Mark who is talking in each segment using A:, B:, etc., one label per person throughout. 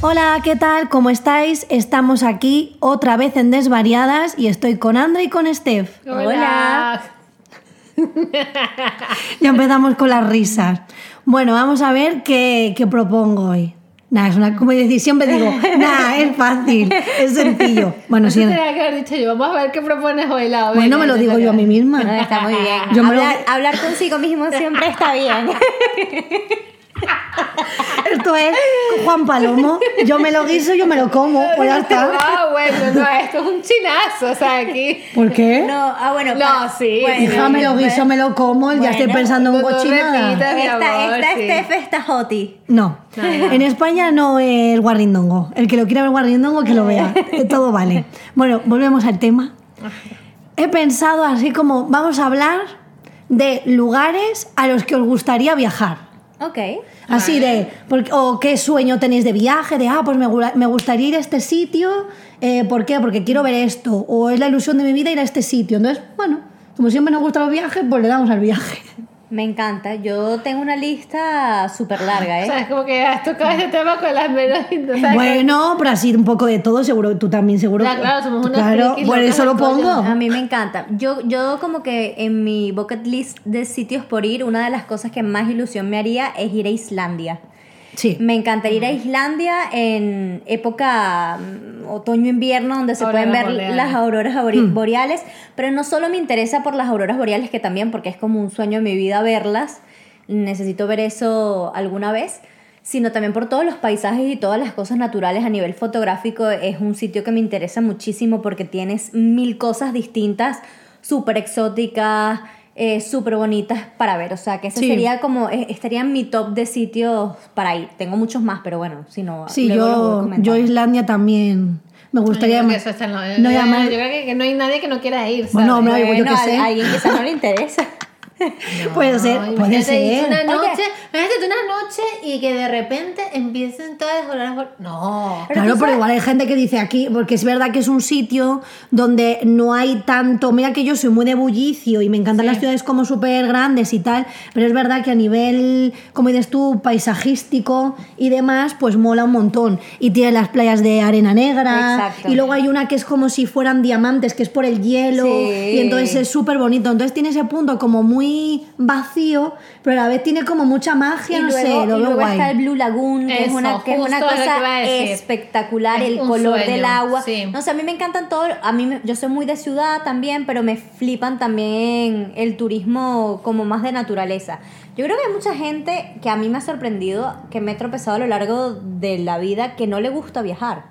A: Hola, ¿qué tal? ¿Cómo estáis? Estamos aquí otra vez en Desvariadas y estoy con Andra y con Steph. Ya empezamos con las risas. Bueno, vamos a ver qué, qué propongo hoy. Nada, es una, como decir, siempre digo, nada, es fácil, es sencillo. Bueno,
B: Eso
A: sí,
B: tenía que haber dicho yo. Vamos a ver qué propones hoy, Lau.
A: bueno, me lo digo yo a mí misma.
C: No, está muy bien.
A: Yo me lo-
C: hablar, hablar consigo mismo siempre está bien.
A: Esto es Juan Palomo, yo me lo guiso, yo me lo como, pues ya está.
B: Ah, bueno, no, esto es un chinazo, o sea, aquí.
A: ¿Por qué?
C: No, ah, bueno.
B: No,
C: para-
B: sí.
A: Hija, me lo guiso, me lo como, ya estoy
C: Bueno,
A: pensando en
B: no, no
A: cochinada.
B: repitas. mi
C: Esta,
B: amor,
C: esta
B: sí.
C: Steph está hoti.
A: No, en España no el guarrindongo. El que lo quiera ver guarrindongo, que lo vea. Eh, Todo vale. Bueno, volvemos al tema. He pensado así como, vamos a hablar de lugares a los que os gustaría viajar.
C: Ok.
A: Así de, porque- o qué sueño tenéis de viaje, de, ah, pues me, gula- me gustaría ir a este sitio, eh, ¿por qué? Porque quiero ver esto, o es la ilusión de mi vida ir a este sitio. Entonces, bueno, como siempre nos gustan los viajes, pues le damos al viaje.
C: Me encanta. Yo tengo una lista súper larga,
B: O
C: ¿eh?
B: sea, es como que has tocado este tema con las menos. o sea, que-
A: Bueno, pero así un poco de todo, seguro que tú también, seguro.
B: Ya, claro, somos unas
A: Claro,
B: frikis
A: por
B: locas
A: eso
B: del
A: lo
B: coño.
A: pongo.
C: A mí me encanta. Yo, yo como que en mi bucket list de sitios por ir, una de las cosas que más ilusión me haría es ir a Islandia.
A: Sí.
C: Me encantaría ir a Islandia en época mm, otoño-invierno, donde se
B: Auroras
C: pueden ver
B: boreales.
C: las auroras abori-
A: Hmm.
C: boreales, pero no solo me interesa por las auroras boreales, que también, porque es como un sueño de mi vida verlas, necesito ver eso alguna vez, sino también por todos los paisajes y todas las cosas naturales a nivel fotográfico. Es un sitio que me interesa muchísimo porque tienes mil cosas distintas, súper exóticas. eh, súper bonitas para ver, o sea que ese
A: Sí.
C: sería como eh, estaría en mi top de sitios para ir. Tengo muchos más, pero bueno, si no,
A: Sí,
C: luego los voy
A: yo, yo
C: comentando.
A: Islandia también. Me gustaría
B: Yo creo que
A: más.
B: eso está en lo-
A: No, y
B: yo-
A: además-
B: Yo creo que, que no hay nadie que no quiera ir. ¿sabes?
A: Bueno, hombre, yo
C: Bueno,
A: qué
C: a-
A: sé.
C: a alguien quizás no le interesa.
A: puede ser,
B: No,
A: puede
B: imagínate irte
A: ser.
B: Una
C: Oye.
B: noche, imagínate tú una noche y que de repente empiecen todas las horas. vol- No.
C: Pero
A: claro,
C: tú
A: pero igual hay gente que dice aquí, porque es verdad que es un sitio donde no hay tanto. Mira que yo soy muy de bullicio y me encantan las ciudades como súper grandes y tal, pero es verdad que a nivel, como dices tú, paisajístico y demás, pues mola un montón. Y tiene las playas de arena negra,
C: Exacto.
A: y luego hay una que es como si fueran diamantes, que es por el hielo,
C: Sí.
A: y entonces es súper bonito. Entonces tiene ese punto como muy vacío, pero a la vez tiene como mucha magia,
C: Y
A: no
C: luego,
A: sé, lo
C: y
A: veo
C: luego
A: guay.
C: está el Blue Lagoon, que es
B: Eso,
C: una, que es una
B: justo lo que te iba a
C: cosa
B: decir.
C: espectacular,
B: Es
C: el
B: un
C: color
B: sueño,
C: del agua.
B: sí.
C: No sé, a mí me encantan todo, a mí me- yo soy muy de ciudad también, pero me flipan también el turismo como más de naturaleza. Yo creo que hay mucha gente que a mí me ha sorprendido, que me he tropezado a lo largo de la vida, que no le gusta viajar.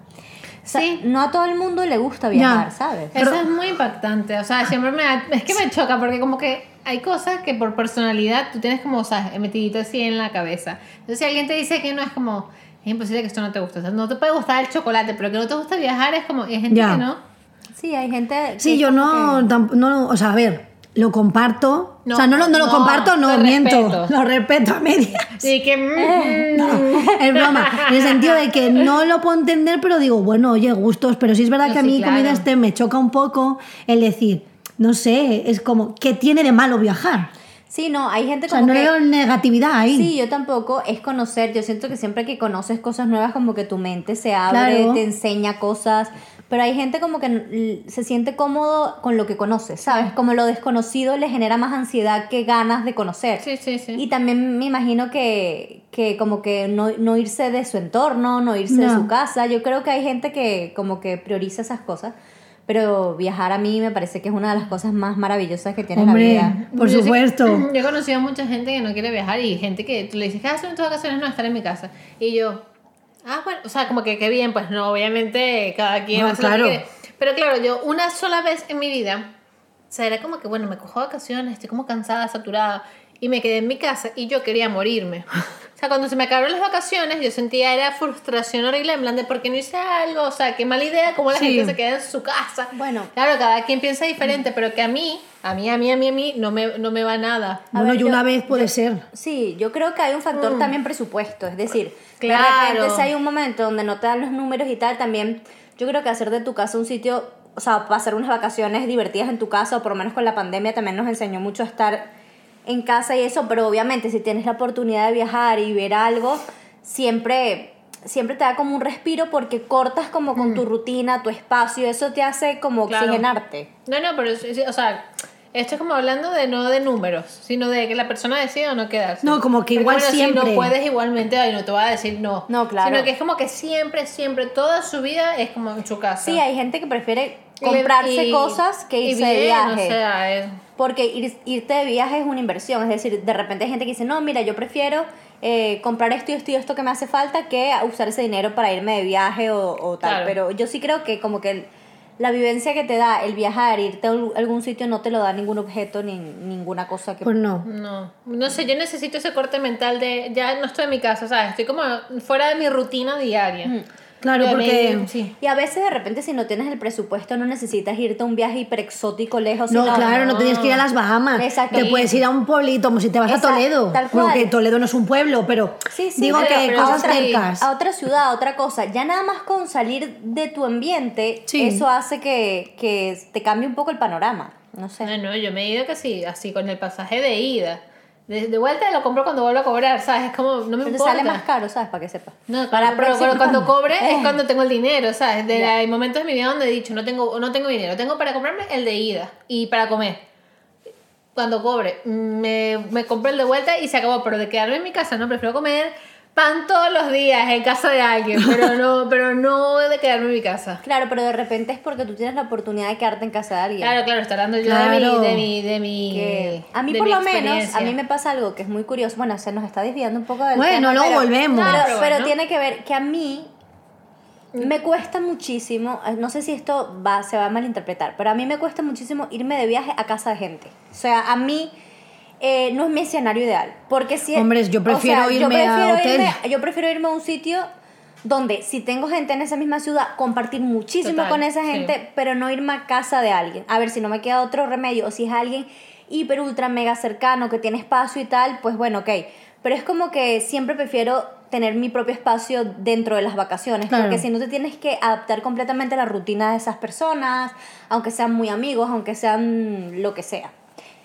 C: O sea,
B: Sí.
C: No a todo el mundo le gusta viajar,
A: Ya.
C: ¿sabes?
B: Eso es muy impactante, o sea, siempre me da- es que me choca porque como que hay cosas que por personalidad tú tienes como, o sea, metidito así en la cabeza. Entonces si alguien te dice que no es como, es imposible que esto no te guste, o sea, no te puede gustar el chocolate, pero que no te gusta viajar es como, y hay gente
A: Ya.
B: que no.
C: Sí, hay gente... que
A: Sí,
C: es
A: yo
C: como que-
A: no, tamp- no, o sea, a ver, lo comparto.
B: No,
A: o sea, no lo, no lo
B: no,
A: comparto, no,
B: lo
A: miento.
B: respeto.
A: Lo respeto a media.
B: Y que, mm,
A: Es broma. En el sentido de que no lo puedo entender, pero digo, bueno, oye, gustos. Pero sí es verdad
B: No,
A: que a
B: sí,
A: mí,
B: claro.
A: comida este, me choca un poco el decir, no sé, es como, ¿qué tiene de malo viajar?
C: Sí, no, hay gente
A: O sea,
C: como
A: no
C: que...
A: le veo negatividad ahí.
C: Sí, yo tampoco. Es conocer. Yo siento que siempre que conoces cosas nuevas, como que tu mente se abre,
A: Claro.
C: te enseña cosas. Pero hay gente como que mm, se siente cómodo con lo que conoce, ¿sabes? Como lo desconocido le genera más ansiedad que ganas de conocer.
B: sí, sí, sí.
C: Y también me imagino que, que como que no, no irse de su entorno, no irse de
A: No.
C: su casa. Yo creo que hay gente que como que prioriza esas cosas. Pero viajar a mí me parece que es una de las cosas más maravillosas que tiene la vida.
A: Hombre, por
B: Yo sé-
A: supuesto.
B: yo he conocido a mucha gente que no quiere viajar y gente que tú le dices, ¿qué haces en tus vacaciones? No, estar en mi casa. Y yo, ah, bueno, o sea, como que qué bien, pues no, obviamente cada quien
A: No,
B: hace lo que
A: claro.
B: quiere. Pero claro, yo una sola vez en mi vida, o sea, era como que, bueno, me cojo vacaciones, estoy como cansada, saturada, y me quedé en mi casa y yo quería morirme. O sea, cuando se me acabaron las vacaciones, yo sentía era frustración horrible, en plan de por qué no hice algo, o sea, qué mala idea, cómo la
A: Sí.
B: gente se queda en su casa.
C: Bueno. Mm.
B: Claro, cada quien piensa diferente, pero que a mí, a mí, a mí, a mí, a mí, no me, no me va nada.
C: A
A: bueno,
C: ver,
A: yo una
C: yo-
A: vez puede ser.
C: Sí, yo creo que hay un factor también presupuesto, es decir, de
B: Mm. Claro.
C: repente si hay un momento donde no te dan los números y tal, también yo creo que hacer de tu casa un sitio, o sea, pasar unas vacaciones divertidas en tu casa, o por lo menos con la pandemia también nos enseñó mucho a estar en casa y eso, pero obviamente si tienes la oportunidad de viajar y ver algo, siempre siempre te da como un respiro porque cortas como con tu rutina, tu espacio, eso te hace como
B: Mm. Claro.
C: oxigenarte.
B: No, no, pero, es- es- o sea, esto es como hablando de no de números, sino de que la persona decide o no quedarse.
A: No, como que
B: Porque,
A: igual
B: bueno, Si
A: siempre.
B: no puedes, igualmente, ay, no te va a decir no.
C: No, claro.
B: Sino que es como que siempre, siempre, toda su vida es como en su casa.
C: Sí, hay gente que prefiere
B: Y-
C: comprarse
B: y-
C: cosas que
B: y
C: irse de
B: bien,
C: viaje.
B: O sea, es-
C: Porque ir- irte de viaje es una inversión, es decir, de repente hay gente que dice, no, mira, yo prefiero eh, comprar esto y esto y esto que me hace falta que usar ese dinero para irme de viaje o, o tal.
B: Claro.
C: Pero yo sí creo que como que el- la vivencia que te da el viajar, irte a un- algún sitio, no te lo da ningún objeto ni ninguna cosa que...
A: Pues no.
B: No, no sé, yo necesito ese corte mental de ya no estoy en mi casa, ¿sabes? Estoy como fuera de mi rutina diaria.
C: Mm.
A: Claro,
B: Yo me-
A: porque-
B: sí.
C: Y a veces de repente si no tienes el presupuesto no necesitas irte a un viaje hiperexótico lejos.
A: No,
C: sino-
A: claro, no. tienes que ir a las Bahamas.
C: Exacto.
A: Te puedes ir a un pueblito, como si te vas
C: Exacto,
A: a Toledo.
C: tal
A: Bueno,
C: cual.
A: que Toledo no es un pueblo, pero
C: Sí, sí,
A: digo
B: pero-
A: que
B: pero
A: cosas
B: otra-
A: cercas.
C: a otra ciudad, a otra cosa. Ya nada más con salir de tu ambiente,
A: Sí.
C: eso hace que, que te cambie un poco el panorama. No
B: No,
C: sé.
B: Ah, no, yo me he ido casi así con el pasaje de ida. De, de vuelta lo compro cuando vuelvo a cobrar, ¿sabes? Es como, no me
C: Pero te
B: importa.
C: sale más caro, ¿sabes? Para que sepas.
B: No, para
C: Para
B: pero,
C: próximo-
B: pero cuando cobre
C: Eh.
B: es cuando tengo el dinero, ¿sabes? De
C: Ya.
B: hay momentos de mi vida donde he dicho, no tengo, no tengo dinero, tengo para comprarme el de ida y para comer. Cuando cobre, me, me compré el de vuelta y se acabó, pero de quedarme en mi casa, no, prefiero comer pan todos los días en casa de alguien, pero no, pero no de quedarme en mi casa.
C: Claro, pero de repente es porque tú tienes la oportunidad de quedarte en casa de alguien.
B: Claro, claro, está hablando yo
A: Claro.
B: de mi, de mi, de mi.
C: Que a mí
B: de
C: por
B: mi
C: lo menos,
B: experiencia.
C: a mí me pasa algo que es muy curioso. Bueno, se nos está desviando un poco del
A: Bueno,
C: tema,
A: luego
C: pero-
A: volvemos.
C: Pero,
B: No, pero
C: pero
B: bueno.
C: tiene que ver que a mí me cuesta muchísimo, eh, no sé si esto va, se va a malinterpretar, pero a mí me cuesta muchísimo irme de viaje a casa de gente. O sea, a mí eh, no es mi escenario ideal. Porque si...
A: Hombres, yo
C: o
A: prefiero
C: sea, yo
A: irme a
C: prefiero
A: hotel.
C: irme- yo prefiero irme a un sitio donde si tengo gente en esa misma ciudad, compartir muchísimo
B: Total,
C: con esa
B: sí.
C: gente, pero no irme a casa de alguien. A ver si no me queda otro remedio o si es alguien hiper, ultra, mega cercano, que tiene espacio y tal, pues bueno, ok. Pero es como que siempre prefiero tener mi propio espacio dentro de las vacaciones,
A: Claro.
C: porque si no te tienes que adaptar completamente a la rutina de esas personas, aunque sean muy amigos, aunque sean lo que sea.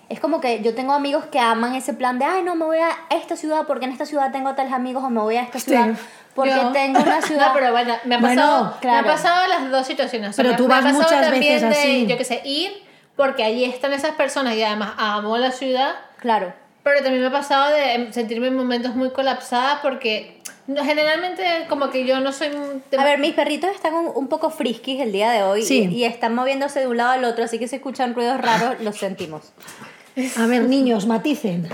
C: Es como que yo tengo amigos que aman ese plan de, ay, no, me voy a esta ciudad porque en esta ciudad tengo a tales amigos o me voy a esta
A: Sí.
C: ciudad porque
B: Yo.
C: tengo una ciudad...
B: No, pero bueno, me ha
A: Bueno,
B: pasado,
C: claro.
B: me ha pasado las dos situaciones. O sea,
A: Pero
B: me-
A: tú
B: me ha
A: vas
B: pasado
A: muchas
B: también
A: veces
B: de,
A: así.
B: Yo qué sé, ir porque allí están esas personas y además amo la ciudad.
C: Claro.
B: Pero también me ha pasado de em, sentirme en momentos muy colapsada porque no- generalmente como que yo no soy... un-
C: A ver, mis perritos están un, un poco friskis el día de hoy
A: Sí.
C: y, y están moviéndose de un lado al otro, así que si escuchan ruidos raros, los sentimos.
A: A ver, niños, maticen.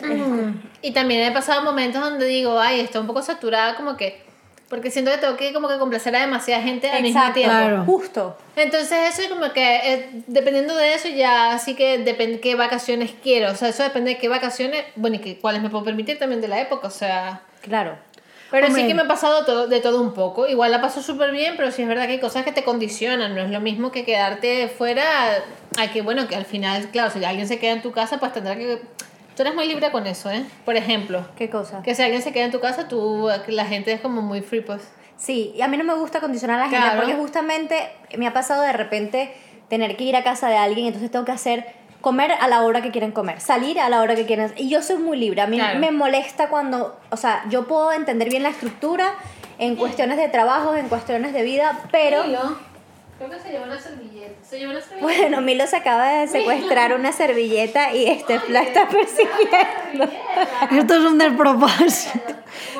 B: Mm. Y también he pasado momentos donde digo, ay, estoy un poco saturada como que... Porque siento que tengo que como que complacer a demasiada gente al mismo tiempo.
A: claro.
C: Justo.
B: Entonces eso es como que eh, dependiendo de eso ya así que depende qué vacaciones quiero. O sea, eso depende de qué vacaciones, bueno, y que, cuáles me puedo permitir también de la época, o sea...
C: Claro.
B: Pero
A: Hombre.
B: sí que me ha pasado todo, de todo un poco. Igual la paso súper bien, pero sí es verdad que hay cosas que te condicionan. No es lo mismo que quedarte fuera a que, bueno, que al final, claro, si alguien se queda en tu casa, pues tendrá que... Tú eres muy libre con eso, ¿eh? Por ejemplo,
C: ¿Qué cosa?
B: que si alguien se queda en tu casa, tú, la gente es como muy free, pues.
C: Sí, y a mí no me gusta condicionar a la gente
B: Claro.
C: porque justamente me ha pasado de repente tener que ir a casa de alguien, entonces tengo que hacer comer a la hora que quieren comer, salir a la hora que quieren. Y yo soy muy libre, a mí
B: Claro.
C: me molesta cuando, o sea, yo puedo entender bien la estructura en cuestiones de trabajo, en cuestiones de vida, pero
B: Creo que se llevó una servilleta. Se llevó una servilleta.
C: bueno, Milo se acaba de secuestrar una servilleta y este la está persiguiendo.
A: Esto es un despropósito.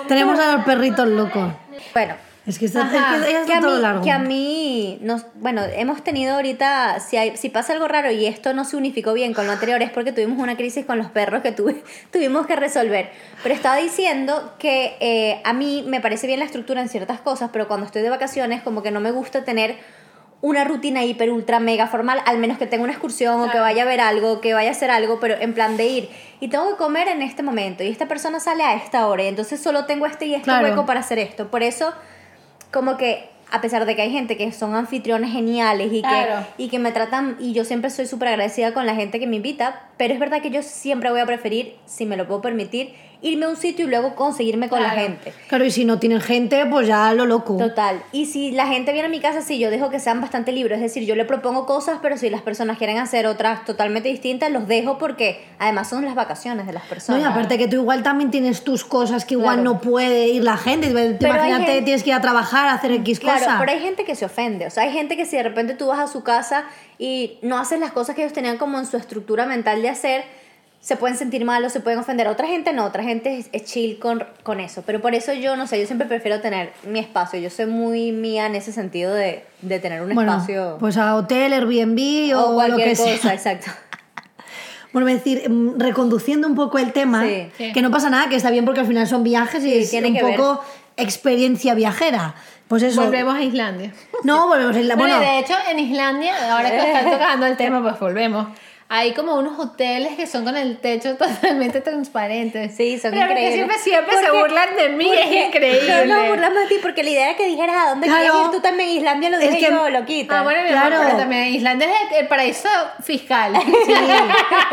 A: Tenemos a los perritos locos.
C: Bueno,
A: Es que está,
B: Ajá.
A: es que, ellas
C: que a,
A: son todo
C: mí,
A: largo.
C: que a mí nos, bueno, hemos tenido ahorita, si, hay- si pasa algo raro y esto no se unificó bien con lo anterior, es porque tuvimos una crisis con los perros que tuve- tuvimos que resolver. Pero estaba diciendo que eh, a mí me parece bien la estructura en ciertas cosas, pero cuando estoy de vacaciones como que no me gusta tener una rutina hiper, ultra, mega formal, al menos que tenga una excursión o que vaya a ver algo, que vaya a hacer algo, pero en plan de ir. Y tengo que comer en este momento y esta persona sale a esta hora y entonces solo tengo este y este
A: Claro.
C: hueco para hacer esto. Por eso como que a pesar de que hay gente que son anfitriones geniales y,
B: Claro.
C: que, y que me tratan, y yo siempre soy súper agradecida con la gente que me invita, pero es verdad que yo siempre voy a preferir, si me lo puedo permitir, irme a un sitio y luego conseguirme con la
B: Claro.
C: gente.
A: Claro, y si no tienen gente, pues ya lo loco.
C: Total. Y si la gente viene a mi casa, sí, yo dejo que sean bastante libres. Es decir, yo le propongo cosas, pero si las personas quieren hacer otras totalmente distintas, los dejo porque además son las vacaciones de las
A: No,
C: personas.
A: y aparte que tú igual también tienes tus cosas que igual
C: Claro.
A: no puede ir la gente. Te-
C: Pero hay
A: Imagínate,
C: gente-
A: tienes que ir a trabajar, a hacer X
C: Claro,
A: cosa.
C: pero hay gente que se ofende. O sea, hay gente que si de repente tú vas a su casa y no haces las cosas que ellos tenían como en su estructura mental de hacer, se pueden sentir malos, se pueden ofender. Otra gente no, otra gente es, es chill con, con eso. Pero por eso yo, no sé, yo siempre prefiero tener mi espacio. Yo soy muy mía en ese sentido de, de tener un
A: bueno,
C: espacio
A: pues a hotel, Airbnb o,
C: o
A: lo
C: cualquier
A: que
C: cosa,
A: sea.
C: exacto.
A: Bueno, es decir, mm, reconduciendo un poco el tema,
C: Sí.
B: Sí.
A: que no pasa nada, que está bien porque al final son viajes y
C: Sí,
A: es
C: tiene
A: un
C: que ver.
A: poco experiencia viajera. Pues eso.
B: Volvemos a Islandia.
A: No, volvemos. en la-
B: Bueno,
A: Bueno,
B: y de hecho, en Islandia, ahora que están tocando el tema, pues volvemos. Hay como unos hoteles que son con el techo totalmente transparente.
C: Sí, son
B: Pero que
C: increíbles.
B: siempre, siempre se
C: Porque-
B: burlan de mí,
C: porque-
B: es increíble.
C: No, no, burlamos de ti porque la idea era que dijeras a dónde
A: Claro.
C: quieres ir tú también. Islandia lo
A: Es
C: dije
A: que-
C: yo, loquita.
B: Ah, bueno, mi
A: Claro.
B: amor, pero también Islandia es el, el paraíso fiscal.
A: sí,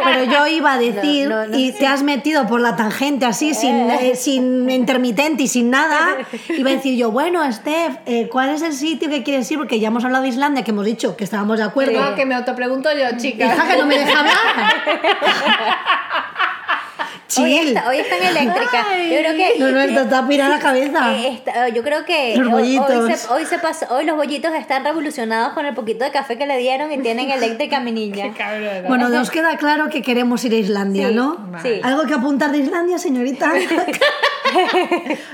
A: pero yo iba a decir,
C: No, no, no.
A: y te has metido por la tangente así, sin, eh, sin intermitente y sin nada, iba a decir yo, bueno, Steph, eh, ¿cuál es el sitio que quieres ir? Porque ya hemos hablado de Islandia, que hemos dicho que estábamos de acuerdo.
B: No, que me autopregunto yo,
A: Hija,
B: chica.
A: que no me deja hablar.
C: Hoy,
A: Chill.
C: está- hoy están eléctricas. Yo creo que.
A: No, no, esto está pirada la cabeza.
C: eh, está- yo creo que
A: Los
C: hoy- Hoy,
A: bollitos.
C: se, hoy se pasó- hoy los bollitos están revolucionados con el poquito de café que le dieron y tienen eléctrica mi niña.
B: Cabrón.
A: Bueno, nos queda claro que queremos ir a Islandia,
C: Sí,
A: ¿no?
C: sí.
A: ¿Algo que apuntar de Islandia, señorita?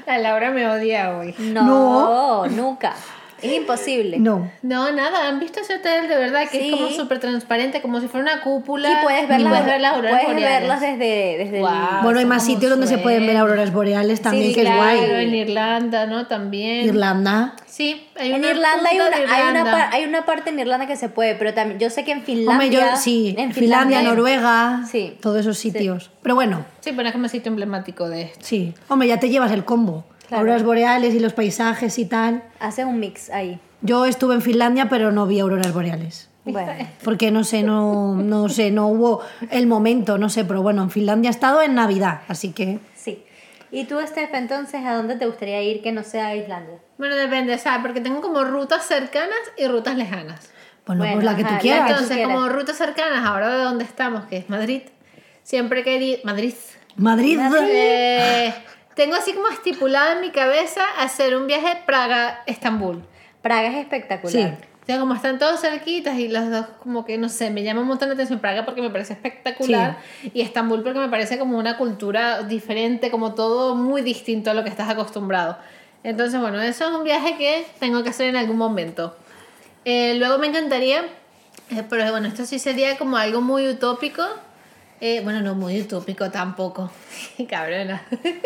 B: La Laura me odia hoy.
C: No,
A: No.
C: nunca. Es imposible.
A: no.
B: No, nada, han visto ese hotel de verdad que
C: Sí.
B: es como súper transparente, como si fuera una cúpula.
C: Y puedes
B: ver
C: verlas,
B: puedes ver las auroras
C: puedes
B: boreales.
C: verlas desde, desde
B: Guau. Ah,
A: bueno, hay
B: son
A: más
B: como
A: sitios donde se
B: sueños.
A: pueden ver auroras boreales también,
B: Sí,
A: que
B: claro,
A: es guay.
B: en Irlanda, ¿no? También.
A: Irlanda.
B: Sí, hay
C: el. En
B: una
C: Irlanda hay
B: punta
C: una,
B: de
C: hay, una
B: Irlanda.
C: par- hay una parte en Irlanda que se puede, pero también yo sé que en Finlandia.
A: Hombre, yo sí.
C: en
A: Finlandia, Noruega,
C: Sí.
A: todos esos sitios. Pero bueno,
B: Sí, pero es como sitio emblemático de esto.
A: sí. Hombre, ya te llevas el combo.
C: Claro.
A: Auroras boreales y los paisajes y tal.
C: Haces un mix ahí.
A: Yo estuve en Finlandia, pero no vi auroras boreales.
C: Bueno.
A: Porque no sé, no, no sé, no hubo el momento, no sé, pero bueno, en Finlandia he estado en Navidad, así que.
C: Sí. ¿Y tú, Steph, entonces, a dónde te gustaría ir que no sea Islandia?
B: Bueno, depende, ¿sabes? Porque tengo como rutas cercanas y rutas lejanas.
A: Bueno,
C: Bueno,
A: pues la que
C: ajá,
A: tú
C: la
A: quieras.
B: Entonces,
C: quieras.
B: como rutas cercanas, ahora de donde estamos, que es Madrid, siempre quería... Madrid.
A: Madrid.
B: Eh, tengo así como estipulado en mi cabeza hacer un viaje Praga-Estambul.
C: Praga es espectacular.
A: Sí.
B: O sea, como están todos cerquitas y los dos como que, no sé, me llama un montón la atención Praga porque me parece espectacular y Estambul porque me parece como una cultura diferente, como todo muy distinto a lo que estás acostumbrado. Entonces, bueno, eso es un viaje que tengo que hacer en algún momento. Eh, luego me encantaría, eh, pero bueno, esto sí sería como algo muy utópico. Eh, bueno, no muy utópico tampoco. Cabrona.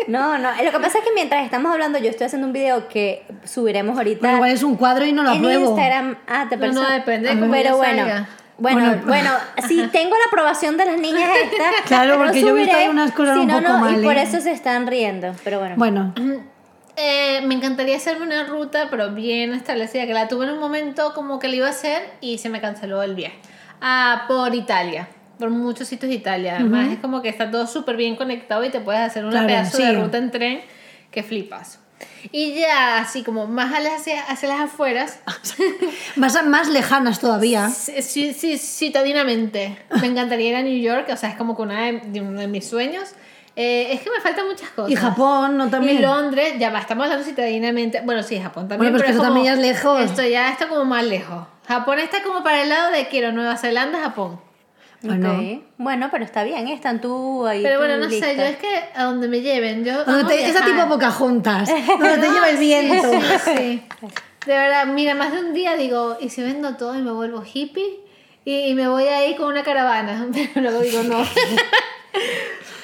C: No, no. Lo que pasa es que mientras estamos hablando, yo estoy haciendo un video que subiremos ahorita.
A: Bueno, igual es un cuadro y no lo
C: en
A: apruebo.
C: Instagram. Ah, te
B: No,
C: parece.
B: no, depende de cómo
C: Pero
B: yo
C: bueno.
B: salga.
C: Bueno,
A: Bueno,
C: bueno, sí, tengo la aprobación de las niñas estas.
A: Claro,
C: pero
A: porque yo he visto
C: subiré,
A: ahí unas cosas
C: si
A: un
C: no,
A: poco
C: no,
A: mal,
C: Y por
A: ¿eh?
C: eso se están riendo. Pero bueno.
A: Bueno,
B: Eh, me encantaría hacerme una ruta, pero bien establecida, que la tuve en un momento como que la iba a hacer y se me canceló el viaje. Ah, por Italia, por muchos sitios de Italia. Además, es como que está todo súper bien conectado y te puedes hacer una
A: Claro,
B: pedazo
A: sí.
B: de ruta en tren que flipas. Y ya, así como más a las- hacia, hacia las afueras,
A: más, más lejanas todavía.
B: sí, sí, sí, citadinamente, me encantaría ir a New York, o sea, es como que una de, de uno de mis sueños. Eh, es que me faltan muchas cosas.
A: Y Japón, ¿no? También.
B: Y Londres, ya va, estamos hablando citadinamente. Bueno, sí, Japón también.
A: Bueno, pero es que eso
B: como-
A: también ya es lejos.
B: Esto ya está como más lejos. Japón está como para el lado de quiero Nueva Zelanda, Japón.
A: Bueno.
C: Ok. Bueno, pero está bien, ¿eh? están tú ahí.
B: Pero
C: tú
B: bueno, no
C: lista.
B: sé, yo es que a donde me lleven, yo.
A: Donde
B: amo
A: te, esa
B: viajar.
A: tipo Pocahontas, donde te
B: No,
A: lleva el
B: sí,
A: viento.
B: sí, sí. De verdad, mira, más de un día digo, ¿y si vendo todo y me vuelvo hippie? Y, y me voy ahí con una caravana. Pero luego digo, no.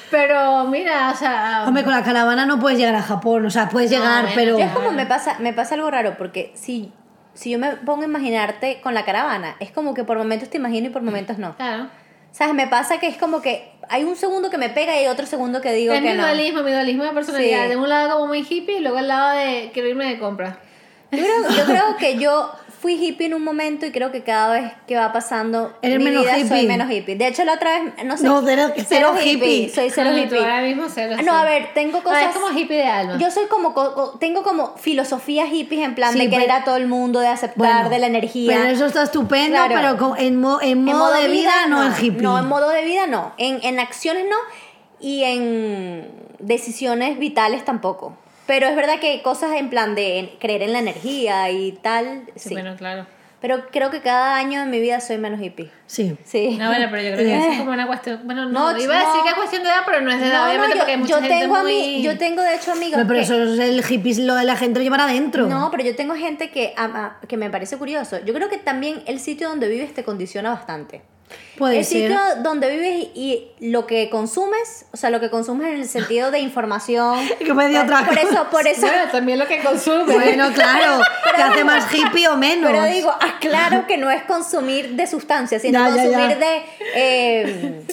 B: pero mira, o sea.
A: Hombre, con la caravana no puedes llegar a Japón, o sea, puedes
B: No,
A: llegar,
B: bueno,
A: pero...
C: Yo es como me pasa, me pasa algo raro, porque si, si yo me pongo a imaginarte con la caravana, es como que por momentos te imagino y por momentos no.
B: Claro.
C: ¿Sabes? Me pasa que es como que hay un segundo que me pega y hay otro segundo que digo
B: es
C: que
B: mi
C: no.
B: dualismo, mi dualismo de personalidad.
C: Sí.
B: De un lado como muy hippie y luego al lado de quiero irme de compra.
C: Yo creo, yo creo que yo fui hippie en un momento y creo que cada vez que va pasando
A: Eres
C: mi
A: menos
C: vida soy
A: hippie.
C: menos hippie. De hecho, la otra vez, no sé.
A: No, cero- cero hippie.
C: Soy cero
B: Ah, No, tú ahora
C: hippie.
B: mismo cero,
C: No,
B: sí.
C: a ver, tengo
B: Ah,
C: cosas.
B: es como hippie de alma.
C: Yo soy como, co- co- tengo como filosofías hippies en plan
A: Sí,
C: de querer
A: pero-
C: a todo el mundo, de aceptar,
A: Bueno,
C: de la energía.
A: Pero eso está estupendo,
C: Claro.
A: pero co- en, mo- en modo, de vida, no es hippie.
C: No, en modo de vida no. En, en acciones no y en decisiones vitales tampoco. Pero es verdad que cosas en plan de en- creer en la energía y tal, sí.
B: Sí, Bueno, claro.
C: Pero creo que cada año de mi vida soy menos hippie.
A: Sí.
C: Sí.
B: No, bueno, pero yo creo que eso es como una cuestión. Bueno, no,
C: No,
B: iba a decir
C: no.
B: que es cuestión de edad, pero no es de edad,
C: No, no,
B: obviamente, porque hay
C: yo,
B: mucha
C: yo
B: gente
C: tengo a
B: muy...
C: mí, yo tengo de hecho amigos
A: No, pero
C: que-
A: eso es el hippie, lo de la gente lo llevar adentro.
C: No, pero yo tengo gente que ama- que me parece curioso. Yo creo que también el sitio donde vives te condiciona bastante.
A: Puede
C: el
A: ser.
C: sitio donde vives y, y lo que consumes, o sea, lo que consumes en el sentido de información.
A: Que me dio
C: por,
A: otra
C: por eso, por eso.
B: Bueno, también lo que consume.
A: Bueno, claro, te hace más hippie o menos.
C: Pero digo, aclaro que no es consumir de sustancias, sino
A: Ya, ya, ya.
C: consumir de eh,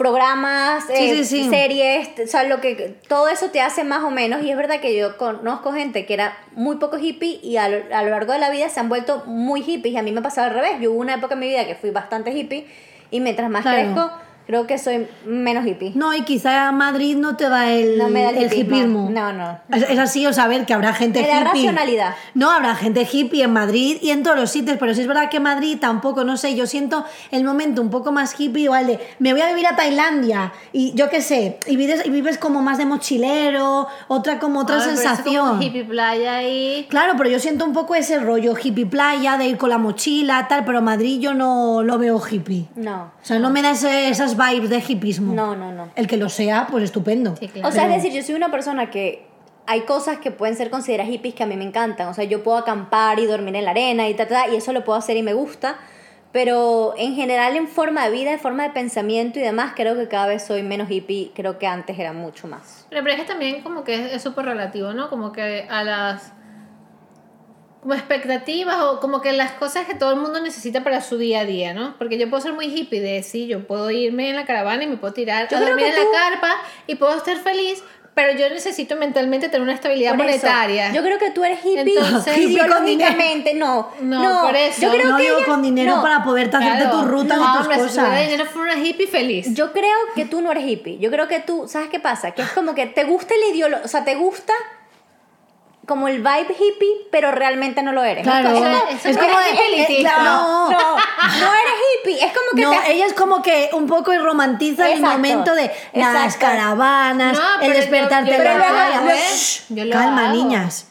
C: programas, eh,
A: sí, sí.
C: series, t- o sea, lo que todo eso te hace más o menos. Y es verdad que yo conozco gente que era muy poco hippie y a lo, a lo largo de la vida se han vuelto muy hippies. Y a mí me ha pasado al revés. Yo hubo una época en mi vida que fui bastante hippie y mientras más
A: Claro.
C: crezco, creo que soy menos hippie.
A: No, y quizá Madrid no te da el,
C: No me da el
A: hipismo.
C: hipismo. No, no.
A: Es, es así, o sea, a ver, que habrá gente
C: Me da
A: hippie.
C: racionalidad.
A: No, habrá gente hippie en Madrid y en todos los sitios, pero sí es verdad que Madrid tampoco, no sé, yo siento el momento un poco más hippie, igual de, me voy a vivir a Tailandia y yo qué sé, y vives, y vives como más de mochilero, otra como otra
B: Ay, pero eso es
A: sensación.
B: como hippie playa y...
A: Claro, pero yo siento un poco ese rollo hippie playa, de ir con la mochila, tal, pero Madrid yo no lo veo hippie.
C: No.
A: O sea, no me da ese- esas vibes de hippismo.
C: No, no, no.
A: El que lo sea, pues estupendo.
B: Sí, claro.
C: O sea,
A: Pero-
C: es decir, yo soy una persona que hay cosas que pueden ser consideradas hippies que a mí me encantan. O sea, yo puedo acampar y dormir en la arena y ta, ta, ta, y eso lo puedo hacer y me gusta. Pero en general, en forma de vida, en forma de pensamiento y demás, creo que cada vez soy menos hippie. Creo que antes era mucho más.
B: Pero, pero es que también como que es- es súper relativo, ¿no? Como que a las como expectativas o como que las cosas que todo el mundo necesita para su día a día, ¿no? Porque yo puedo ser muy hippie de sí, yo puedo irme en la caravana y me puedo tirar
C: Yo
B: a
C: creo
B: dormir en
C: que tú-
B: la carpa y puedo estar feliz, pero yo necesito mentalmente tener una estabilidad
C: Por eso,
B: monetaria.
C: yo creo que tú eres hippie
B: Entonces-
A: Hippie con
C: ideológicamente, no.
B: No, por eso.
C: Yo creo
A: no
C: que
A: digo
C: ella-
A: con dinero
C: no.
A: para poderte hacerte
B: Claro.
A: tu ruta
B: no,
A: de tus
B: hombre, si
A: cosas.
B: tuviera dinero fuera una hippie feliz.
C: Yo creo que tú no eres hippie. Yo creo que tú, ¿sabes qué pasa? Que es como que te gusta el ideólogo, o sea, te gusta como el vibe hippie, pero realmente no lo eres.
A: Claro.
C: es como,
B: Eso
C: es
B: no
C: como-
B: es
C: eh,
B: elitista.
C: no, no, no eres hippie. Es como que
A: No,
C: te,
A: ella es como que un poco romantiza el
C: Exacto,
A: momento de las
C: exacto.
A: caravanas,
B: No,
A: el
B: pero yo-
A: despertarte
B: yo
A: en
C: lo
A: la
C: hago,
A: playa.
C: ¿eh?
A: Shh,
B: Yo lo
A: Calma,
B: hago.
A: niñas.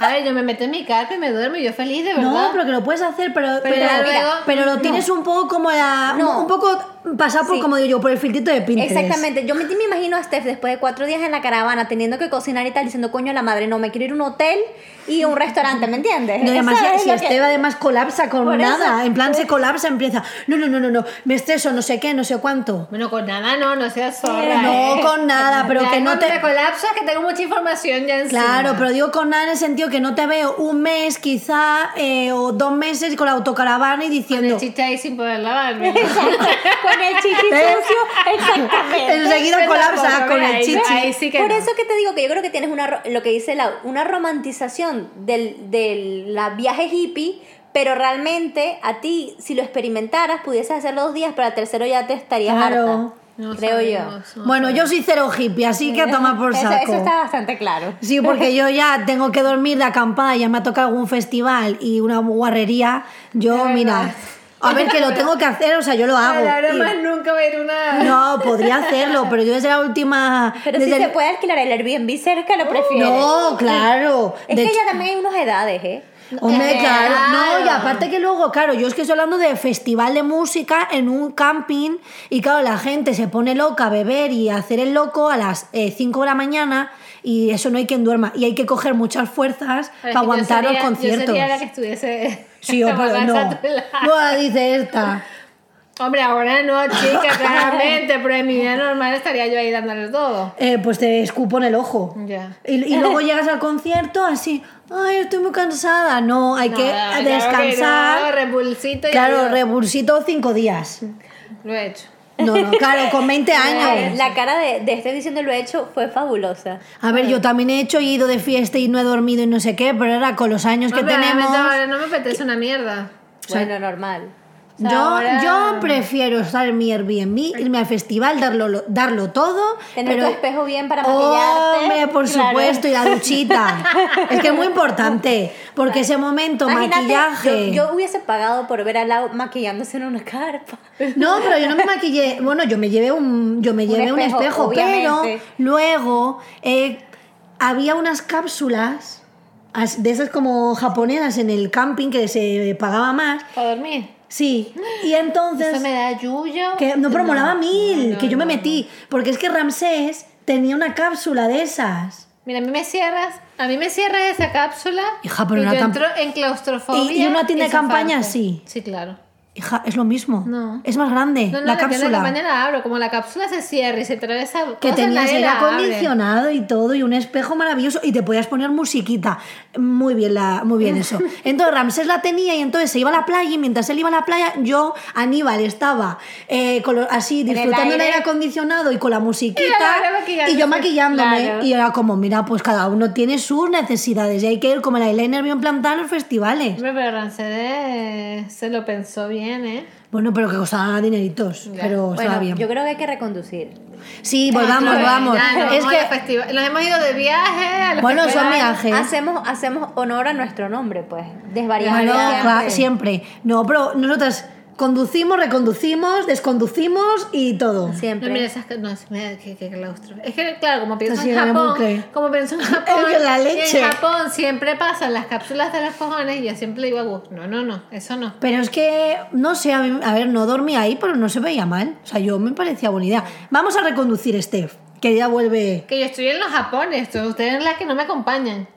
B: A ver, yo me meto en mi carpa y me duermo y yo feliz de verdad.
A: No, pero que lo puedes hacer, pero, pero,
B: luego-
A: mira, pero lo
B: no.
A: tienes un poco como la- un-
C: No.
A: un poco pasado por,
C: Sí.
A: como digo yo, por el filtrito de Pinterest.
C: Exactamente, yo me, me imagino a Steph después de cuatro días en la caravana teniendo que cocinar y tal, diciendo, coño, la madre, no, me quiero ir a un hotel y a un restaurante, ¿me entiendes?
A: No, y además,
C: Eso es
A: si
C: lo que-
A: Esteve además colapsa con
C: Por
A: nada,
C: eso.
A: en plan se colapsa, empieza, no, no, no, no, no, me estreso, no sé qué, no sé cuánto.
B: Bueno, con nada no, no seas sola.
A: No,
B: ¿eh?
A: con nada, pero
B: Ya
A: que no
B: cuando
A: te-
B: me colapsas que tengo mucha información ya encima.
A: Claro, pero digo con nada en el sentido que no te veo un mes quizá eh, o dos meses con la autocaravana y
B: Con el
A: diciendo...
B: chiste ahí sin poder lavarme.
C: Exacto, con el chichi
A: ¿Eh?
C: sucio, exactamente.
A: Enseguida
B: Pero
A: colapsa
B: tampoco,
A: con el
B: ahí-
A: chichi.
B: Ahí sí que
C: Por
B: no.
C: eso que te digo que yo creo que tienes una ro- lo que dice la una romantización del, del la viaje hippie, pero realmente a ti si lo experimentaras pudieses hacerlo dos días, pero al tercero ya te estarías
A: Claro.
C: harta.
B: No
C: creo yo.
B: sabemos, no
A: Bueno, yo soy cero hippie, así que a tomar por
C: Eso,
A: saco.
C: eso está bastante claro.
A: Sí, porque yo ya tengo que dormir de acampada, ya me ha tocado algún festival y una guarrería.
B: De
A: Yo,
B: verdad.
A: mira, a ver que lo tengo que hacer, o sea, yo lo hago.
B: Ahora
A: Y-
B: más nunca voy a ir a una...
A: No, podría hacerlo, pero yo desde la última.
C: Pero si
A: desde
C: se
A: el-
C: puede alquilar el Airbnb cerca, lo prefieres.
A: No, claro.
C: Es
A: De
C: que
A: hecho-
C: ya también hay unas edades, ¿eh?
A: Hombre, claro. No, y
B: Claro.
A: aparte que luego, claro, yo es que estoy hablando de festival de música en un camping y claro, la gente se pone loca a beber y a hacer el loco a las 5 de la mañana y eso no hay quien duerma y hay que coger muchas fuerzas
B: Pero es que
A: para
B: yo
A: aguantar
B: sería-
A: los conciertos.
B: Yo sería la que estuviese...
A: Sí, o pero no.
B: a tu lado.
A: No, dice esta.
B: Hombre, ahora no, chica, claramente. Pero en mi vida normal estaría yo ahí dándole todo.
A: Eh, pues te escupo en el ojo.
B: Ya.
A: Y, y luego llegas al concierto así, ay, estoy muy cansada. No, hay
B: No,
A: que
B: claro que
A: descansar.
B: no, repulsito y
A: Claro,
B: adiós.
A: rebursito cinco días.
B: Lo he hecho.
A: No, no, claro, con 20 años.
C: Eh, La cara de, de este diciendo lo he hecho fue fabulosa.
A: A ver, yo también he hecho, he ido de fiesta y no he dormido y no sé qué, pero era con los años que
B: Hombre,
A: tenemos.
B: realmente ahora no me apetece una mierda.
A: sea,
C: bueno, normal. O sea,
A: Yo,
B: ahora-
A: yo prefiero estar en mi Airbnb, irme al festival, darlo, lo- darlo todo.
C: Tener
A: pero...
C: tu espejo bien para maquillarte.
A: Hombre, por
C: Claro.
A: supuesto, y la duchita. es que es muy importante, porque ese momento,
C: Imagínate,
A: maquillaje.
C: Yo, yo hubiese pagado por ver a Lau maquillándose en una carpa.
A: No, pero yo no me maquillé. Bueno, yo me llevé un, yo me llevé un
C: espejo,
A: espejo,
C: obviamente.
A: pero luego eh, había unas cápsulas as- de esas como japonesas en el camping que se pagaba más.
B: Para dormir.
A: Sí, y entonces...
B: Eso me da yuyo.
A: Que, no, pero molaba mil,
B: no,
A: que yo me
B: no,
A: metí. Porque es que Ramsés tenía una cápsula de esas.
B: Mira, a mí me cierras, a mí me cierras esa cápsula
A: Hija, pero
B: y
A: una
B: yo
A: tam-
B: entro en claustrofobia.
A: Y- y una tienda de campaña
B: zafarte.
A: así.
B: Sí, claro.
A: Hija, es lo mismo.
B: No.
A: Es más grande,
B: No, no,
A: Eh, la
B: tienda de
A: cápsula.
B: campaña la abro, como la cápsula se cierra y se atraviesa
A: que
B: cosas,
A: tenías
B: nadie
A: aire
B: la abre.
A: acondicionado y todo, y un espejo maravilloso, y te podías poner musiquita. Muy bien, la, muy bien eso. Entonces Ramsés la tenía y entonces se iba a la playa, y mientras él iba a la playa, yo, Aníbal, estaba eh, con lo- así
C: el
A: disfrutando del
C: aire.
A: aire acondicionado y con la musiquita,
B: Bárbara maquillándose.
A: y yo maquillándome,
C: Claro.
A: y era como, mira, pues cada uno tiene sus necesidades, y hay que ir como el eyeliner bien plantado a los festivales.
B: Hombre, pero Rancede se lo pensó bien, ¿eh?
A: Bueno, pero que costaba dineritos,
B: Ya.
A: pero estaba
C: Bueno,
A: bien.
C: yo creo que hay que reconducir.
A: Sí, volvamos,
B: Claro,
A: volvamos.
B: Ah, ya, nos
A: es
B: vamos
A: que,
B: a los festivales. nos hemos ido de viaje a los
A: bueno, son
B: festivales.
A: viajes.
C: Ah, Hacemos, hacemos honor a nuestro nombre, pues. Desvariamos.
A: Bueno,
C: siempre.
A: claro, siempre. No, pero nosotras conducimos, reconducimos, desconducimos y todo.
B: No, mira,
C: Siempre.
B: esas que- no, es- mira, que, que claustro. Es que, claro, como pienso
A: Así
B: en
A: era
B: Japón,
A: bucle.
B: como pienso en Japón,
A: Es que la
B: y
A: leche.
B: en Japón siempre pasan las cápsulas de los cojones y yo siempre le digo a Gus, no, no, no, eso no.
A: Pero es que, no sé, a, mí- a ver, no dormí ahí, pero no se veía mal. O sea, yo me parecía buena idea. Vamos a reconducir, Steph, que ya vuelve.
B: Que yo estoy en los japones, tú- ustedes en las que no me acompañan.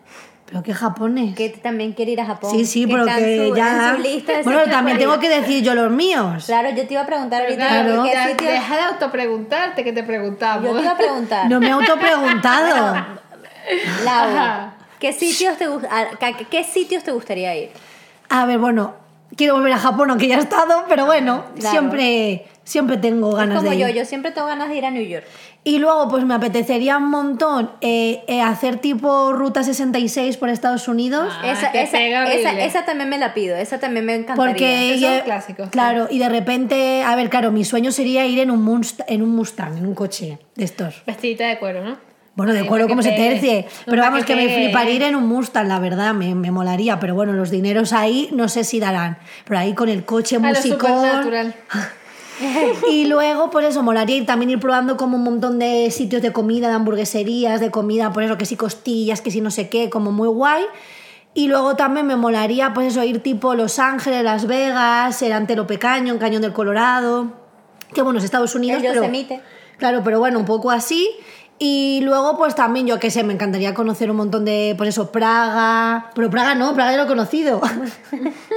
A: Pero qué japones.
C: Que también quiere ir a Japón.
A: sí, sí, pero
C: está en
A: que
C: su-
A: ya.
C: en su lista de
A: Bueno,
C: sitios
A: también
C: para ir.
A: tengo que decir yo los míos.
C: Claro, yo te iba a preguntar ahorita
B: Claro,
C: qué
B: ya-
C: sitio-
B: deja de autopreguntarte que te preguntamos.
C: Yo te iba a preguntar,
A: No me he autopreguntado.
C: Lau,
B: Ajá.
C: ¿qué sitios, te, gus- a- a- ¿qué sitios te gustaría ir?
A: A ver, bueno, quiero volver a Japón, aunque ya he estado, pero bueno,
C: Claro.
A: siempre, siempre tengo
C: Es
A: ganas
C: como
A: de ir.
C: yo, yo siempre tengo ganas de ir a New York.
A: Y luego, pues me apetecería un montón eh, eh, hacer tipo Ruta 66 por Estados Unidos.
B: Ah,
C: esa,
B: te
C: esa-
B: pega
C: esa-
B: horrible.
C: esa también me la pido, esa también me encantaría.
A: Porque
B: Esos son
A: lle-
B: clásicos, sí.
A: Claro, y de repente, a ver, claro, mi sueño sería ir en un, Munst- en un Mustang, en un coche de estos.
B: Vestidita de cuero, ¿no?
A: Bueno, de
B: Sí,
A: acuerdo
B: pa' que
A: como se
B: pegue.
A: tercie.
B: No,
A: Pero
B: pa'
A: vamos, que
B: que
A: me
B: pegue.
A: fliparía ir en un Mustang, la verdad, me, me molaría. Pero bueno, los dineros ahí no sé si darán. Pero ahí con el coche
B: A lo
A: musicón. Ah,
B: supernatural.
A: Y luego, por eso, molaría ir, también ir probando como un montón de sitios de comida, de hamburgueserías, de comida, por eso que si costillas, que si no sé qué, como muy guay. Y luego también me molaría, pues eso, ir tipo Los Ángeles, Las Vegas, el Antelope Cañón, Cañón del Colorado, que bueno, es Estados Unidos,
C: El
A: pero...
C: Yosemite.
A: Claro, pero bueno, un poco así. Y luego, pues también, yo qué sé, me encantaría conocer un montón de, por eso, Praga. Pero Praga no, Praga ya lo he conocido.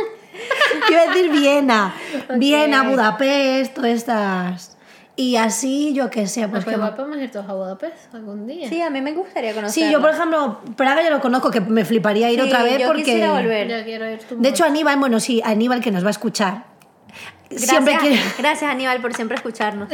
A: Quiero decir Viena. Viena, Budapest, todas estas. Y así, yo qué sé,
B: No,
C: Ah,
A: pues
B: pues
A: que...
B: igual podemos ir todos a Budapest algún día.
C: Sí, a mí me gustaría conocer.
A: Sí, yo por ejemplo, Praga ya lo conozco, que me fliparía ir otra vez
C: yo
A: porque...
C: quisiera volver.
B: Yo quiero ir tú.
A: De hecho, Aníbal, bueno, sí, Aníbal que nos va a escuchar. Siempre quiere...
C: Gracias, gracias Aníbal por siempre escucharnos.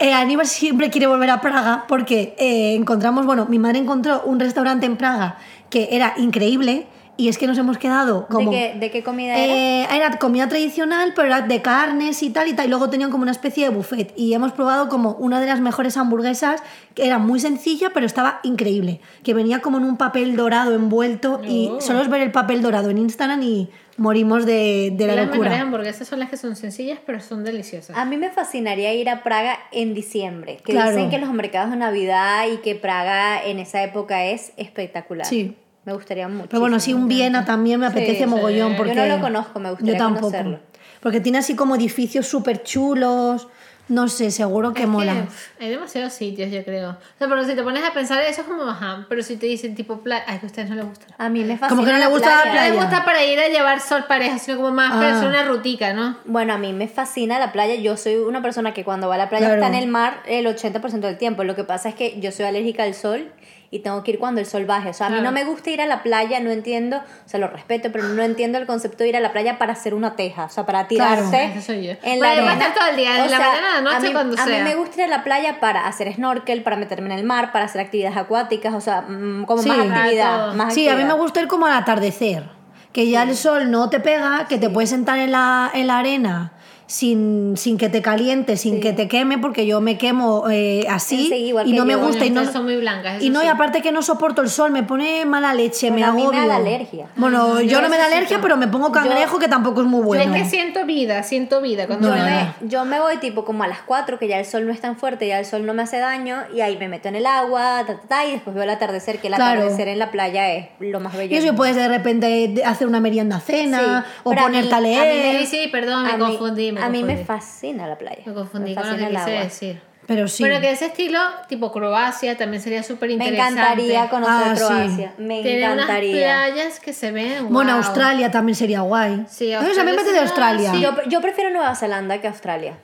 A: Eh, Aníbal siempre quiere volver a Praga porque eh, encontramos, bueno, mi madre encontró un restaurante en Praga que era increíble y es que nos hemos quedado
C: ¿De
A: como...
C: qué, de qué comida era?
A: Eh, era comida tradicional, pero era de carnes y tal y tal. Y luego tenían como una especie de buffet. Y hemos probado como una de las mejores hamburguesas, que era muy sencilla, pero estaba increíble. Que venía como en un papel dorado envuelto. Y
B: Oh.
A: solo es ver el papel dorado en Instagram y morimos de, de la
B: las mejores
A: locura.
B: hamburguesas son las que son sencillas, pero son deliciosas.
C: A mí me fascinaría ir a Praga en diciembre, que
A: Claro.
C: dicen que los mercados de Navidad y que Praga en esa época es espectacular.
A: Sí.
C: Me gustaría mucho.
A: Pero bueno, sí, un Viena también me apetece
C: sí.
A: mogollón.
C: Yo
A: Porque
C: no lo conozco, me gustaría
A: Yo tampoco.
C: conocerlo.
A: Porque tiene así como edificios súper chulos. No sé, seguro que
B: Es que,
A: mola.
B: pf, hay demasiados sitios, yo creo. O sea, pero si te pones a pensar, eso es como ajá. Pero si te dicen tipo playa, ay, que a ustedes no les gusta.
C: A mí me fascina.
A: Como que no le gusta la
B: No
C: Ah,
B: les
A: playa.
B: gusta para ir a llevar sol pareja, sino como más para
A: Ah.
B: hacer una rutica, ¿no?
C: Bueno, a mí me fascina la playa. Yo soy una persona que cuando va a la playa
A: Claro.
C: está en el mar el 80% del tiempo. Lo que pasa es que yo soy alérgica al sol y tengo que ir cuando el sol baje. O sea, a mí
B: Claro.
C: no me gusta ir a la playa, no entiendo, o sea, lo respeto, pero no entiendo el concepto de ir a la playa para hacer una teja, o sea, para tirarse
B: esa soy yo.
C: en
B: Bueno, yo
C: la
B: voy a
C: arena.
B: estar todo el día, de
C: O
B: la
C: sea,
B: mañana a la noche,
C: mí-
B: cuando
C: A
B: sea.
C: mí me gusta ir a la playa para hacer snorkel, para meterme en el mar, para hacer actividades acuáticas, o sea, mm, como
A: Sí.
C: más
A: Para
C: actividad.
B: todo.
C: Más
A: Sí, a mí
C: actividad.
A: me gusta ir como al atardecer, que ya el sol no te pega, que te puedes sentar en la, en la arena sin, sin que te caliente, sin que te queme, porque yo me quemo eh, así
C: Sí, igual
A: y
C: que
A: no me
C: yo.
A: gusta. Y
B: Bueno,
A: no,
B: ustedes son muy blancas, eso
A: y, no
B: sí.
A: y aparte que no soporto el sol, me pone mala leche,
C: Bueno,
A: me
C: a mí
A: agobio.
C: me da alergia.
A: Bueno,
B: Ay,
A: yo,
B: yo
A: no me da
B: necesito.
A: alergia, pero me pongo cangrejo, que tampoco es muy
B: Yo
A: bueno.
B: es que siento vida, siento vida cuando
A: No,
B: me
A: no,
B: veo.
A: no.
C: Yo me voy tipo como a las 4, que ya el sol no es tan fuerte, ya el sol no me hace daño, y ahí me meto en el agua, ta, ta, ta, y después veo el atardecer, que el
A: Claro.
C: atardecer en la playa es lo más bello.
A: Y eso y puedes de repente hacer una merienda cena
C: Sí,
A: o
C: pero a
A: ponerte a,
C: mí-
B: A mí me
A: leer.
B: sí, sí, perdón, ah, me
C: A mí-
B: confundí. Me
C: a mí
B: confundí.
C: me fascina la playa.
B: Me confundí
C: Me
B: con lo
C: fascina
B: que
C: el
B: quise
C: agua.
B: decir.
A: Pero sí.
B: Pero que ese estilo, tipo Croacia, también sería súper
C: Me
B: interesante.
C: encantaría conocer
A: Ah, sí.
C: Croacia. Me
B: Tiene unas
C: encantaría.
B: playas que se ven.
A: Bueno,
B: wow.
A: Australia también sería guay.
B: Sí,
A: Entonces, a mí
B: Australia
A: me de
B: sería-
A: Australia.
B: sí,
C: Yo, yo prefiero Nueva Zelanda que Australia.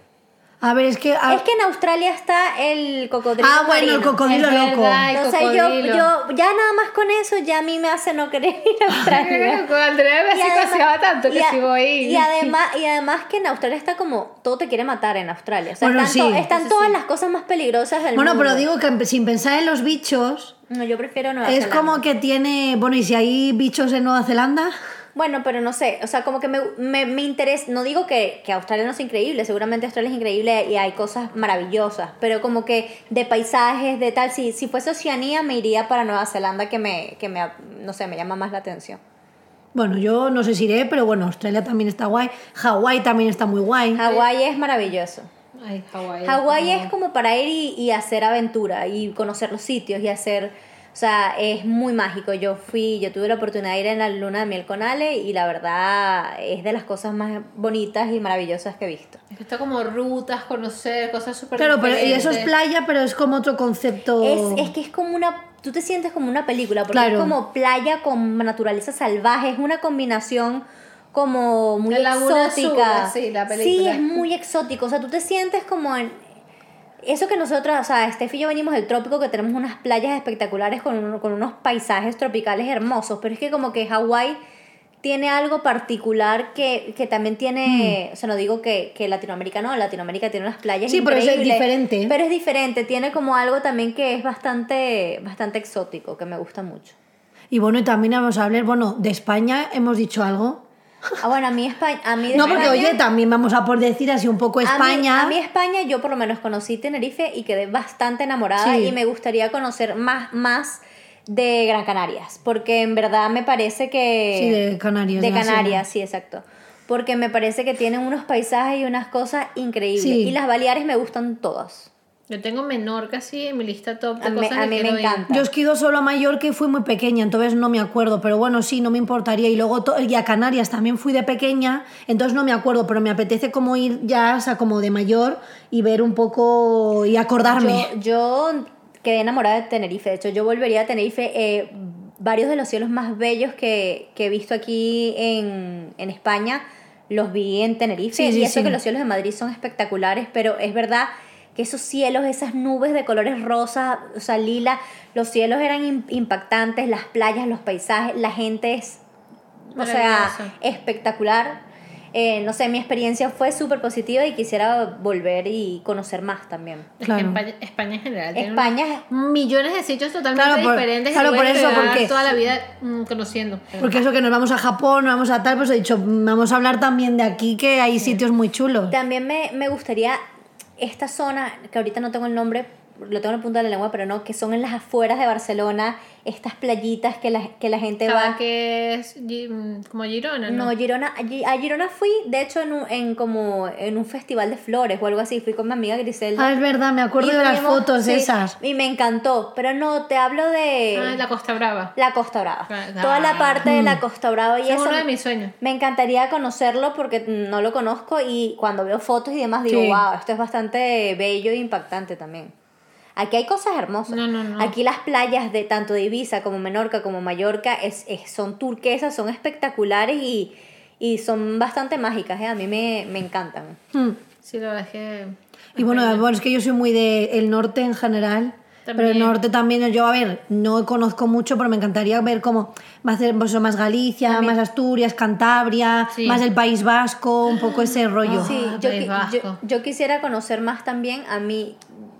A: A ver, es que...
B: Ah.
A: a-
C: Es que en Australia está el cocodrilo.
A: Ah, bueno, el
C: marino.
A: cocodrilo
B: Es
A: loco.
B: verdad. Ay,
C: Entonces yo,
B: cocodrilo.
C: yo, ya nada más con eso, ya a mí me hace no querer ir a Australia.
B: Con Andrea me
C: Y además-
B: psicoseaba tanto que
C: y a-
B: si voy.
C: y además, y además que en Australia está como todo te quiere matar en Australia. O sea,
A: Bueno,
C: están,
A: sí,
C: to- están
B: eso
C: todas
B: sí.
C: las cosas más peligrosas del
A: Bueno,
C: mundo.
A: pero digo que empe- sin pensar en los bichos,
C: No, yo prefiero Nueva
A: es
C: Zelanda.
A: como que tiene... Bueno, ¿y si hay bichos en Nueva Zelanda?
C: Bueno, pero no sé, o sea, como que me, me, me interesa, no digo que, que Australia no es increíble, seguramente Australia es increíble y hay cosas maravillosas, pero como que de paisajes, de tal, si, si fuese Oceanía me iría para Nueva Zelanda que me, que me, no sé, me llama más la atención.
A: Bueno, yo no sé si iré, pero bueno, Australia también está guay. Hawái también está muy guay.
C: Hawái es maravilloso.
B: Ay, Hawái.
C: Hawái es como para ir y, y hacer aventura y conocer los sitios y hacer, o sea, es muy mágico. Yo fui, yo tuve la oportunidad de ir en la luna de miel con Ale y la verdad es de las cosas más bonitas y maravillosas que he visto.
B: Es que Está como rutas, conocer, cosas súper
A: Claro, pero y eso es
B: diferentes.
A: playa, pero es como otro concepto...
B: Oh.
C: Es, es que es como una. Tú te sientes como una película, porque
A: Claro.
C: es como playa con naturaleza salvaje, es una combinación como muy
B: La Laguna
C: exótica.
B: Azul, sí, la
C: Sí,
B: película.
C: es muy exótico. O sea, tú te sientes como en. Eso que nosotras, o sea, Estef y yo venimos del trópico, que tenemos unas playas espectaculares con, un- con unos paisajes tropicales hermosos, pero es que como que Hawái tiene algo particular que, que también tiene, o sea, no digo que, que Latinoamérica no, Latinoamérica tiene unas playas
A: Mm. Sí, pero eso es
C: increíbles,
A: diferente.
C: Pero es diferente, tiene como algo también que es bastante, bastante exótico, que me gusta mucho.
A: Y bueno, y también vamos a hablar, bueno, de España hemos dicho algo.
C: Ah, bueno, a mí España... A mí de
A: No, porque
C: España-
A: oye, también vamos a por decir así un poco España.
C: A mí, a mí España, yo por lo menos conocí Tenerife y quedé bastante enamorada
A: Sí.
C: y me gustaría conocer más, más de Gran Canarias, porque en verdad me parece que...
A: Sí, de Canarias,
C: De
A: de la
C: Canarias, sí, exacto. Porque me parece que tienen unos paisajes y unas cosas increíbles.
A: Sí.
C: Y las Baleares me gustan todas.
B: Yo tengo menor casi en mi lista top de
C: A mí-
B: cosas
C: a
B: que
C: mí me
B: quiero ir.
C: encanta.
A: Yo es que he ido solo a Mallorca y fui muy pequeña, entonces no me acuerdo, pero bueno, sí, no me importaría. Y luego to- y a Canarias también fui de pequeña, entonces no me acuerdo, pero me apetece como ir ya, o sea, como de mayor y ver un poco y acordarme.
C: Yo, yo quedé enamorada de Tenerife. De hecho, yo volvería a Tenerife. eh, varios de los cielos más bellos que, que he visto aquí en, en España los vi en Tenerife.
A: Sí, sí,
C: y eso
A: sí.
C: que los cielos de Madrid son espectaculares, pero es verdad que esos cielos, esas nubes de colores rosas, o sea, lila, los cielos eran im- impactantes, las playas, los paisajes, la gente es o sea,
B: Maravilloso.
C: espectacular. Eh, no sé, mi experiencia fue súper positiva y quisiera volver y conocer más también.
B: Es que
A: Claro.
B: España, España en general. tiene
C: España
B: unos millones de sitios totalmente
A: Claro, por-
B: diferentes.
A: claro,
B: que
A: por
B: puedes
A: eso,
B: quedar
A: porque-
B: Toda la vida mm, conociendo.
A: Porque eso que nos vamos a Japón, nos vamos a tal, pues he dicho, mm, vamos a hablar también de aquí, que hay sitios muy chulos.
C: También me, me gustaría esta zona, que ahorita no tengo el nombre, lo tengo en la punta de la lengua, pero no, que son en las afueras de Barcelona, estas playitas que la, que la gente va.
B: que es Gi- mm, como Girona, ¿no?
C: No, Girona, allí- a Girona fui, de hecho, en, un, en como en un festival de flores o algo así, fui con mi amiga Griselda.
A: Ah, es verdad, me acuerdo
C: Y
A: de las
C: fuimos,
A: fotos
C: sí,
A: esas.
C: Y me encantó, pero no, te hablo de
B: Ah, la Costa Brava.
C: la Costa Brava.
B: Ah,
C: Toda la parte de la Costa Brava
B: Es
C: y eso.
B: uno de mis sueños.
C: Me encantaría conocerlo porque no lo conozco y cuando veo fotos y demás digo,
A: Sí.
C: wow, esto es bastante bello e impactante también. Aquí hay cosas hermosas.
B: No, no, no.
C: Aquí las playas de tanto de Ibiza como Menorca como Mallorca es, es- son turquesas, son espectaculares y, y son bastante mágicas. ¿eh? A mí me, me encantan.
A: Mm.
B: Sí, la verdad es que...
A: Y bueno, bueno, es que yo soy muy del norte en general. Pero el
B: También.
A: norte también, yo a ver, no conozco mucho, pero me encantaría ver cómo va a ser pues, más Galicia, más Asturias, Cantabria,
B: Sí.
A: más el País Vasco, un poco ese rollo.
C: Sí,
B: Ah,
C: yo,
B: País
C: qui-
B: Vasco.
C: yo- yo quisiera conocer más también a mí.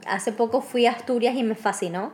C: Hace poco fui a Asturias y me fascinó.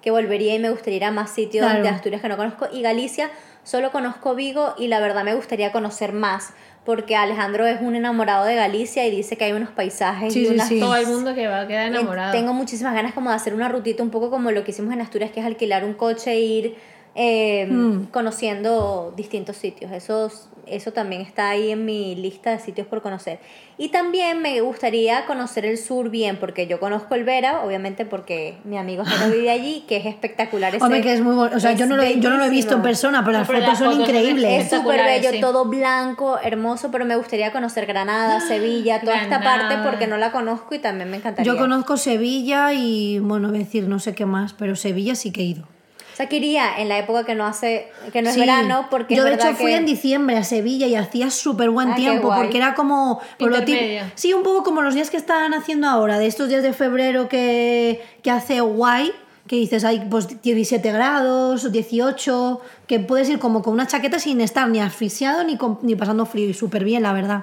C: Que volvería y me gustaría ir a más sitios
A: Claro.
C: de Asturias que no conozco. Y Galicia, solo conozco Vigo y la verdad me gustaría conocer más. Porque Alejandro es un enamorado de Galicia y dice que hay unos paisajes
A: Sí,
C: y
A: sí,
C: unas
A: sí.
B: Todo el mundo que va a quedar
C: me-
B: enamorado.
C: Eh, Tengo muchísimas ganas como de hacer una rutita un poco como lo que hicimos en Asturias, que es alquilar un coche e ir eh,
A: Hmm.
C: conociendo distintos sitios. Eso, eso también está ahí en mi lista de sitios por conocer. Y también me gustaría conocer el sur bien, porque yo conozco el Vera, obviamente porque mi amigo Jero vive allí, que es espectacular. ese-
A: Hombre, que es muy bueno. O sea, yo
C: es
A: no, lo, yo no lo he visto en
C: bellísimo.
A: persona, pero
B: No,
A: las
B: pero
A: fotos
B: las
A: son
B: fotos son
A: increíbles.
C: Es súper
B: Espectaculares,
C: bello,
B: sí.
C: todo blanco, hermoso, pero me gustaría conocer Granada, Sevilla, toda esta
B: Granada.
C: parte porque no la conozco y también me encantaría.
A: Yo conozco Sevilla y, bueno, voy a decir no sé qué más, pero Sevilla sí que he ido.
C: O sea, que iría en la época que no hace, que no
A: Sí.
C: es verano, porque
A: yo
C: es
A: de hecho
C: verdad
A: fui
C: que-
A: en diciembre a Sevilla y hacía súper buen
C: Ah, qué
A: tiempo
C: guay.
A: porque era como por lo tip-
B: Intermedio.
A: sí un poco como los días que están haciendo ahora de estos días de febrero que, que hace guay que dices hay pues 17 grados 18 que puedes ir como con una chaqueta sin estar ni asfixiado ni, con- ni pasando frío y súper bien la verdad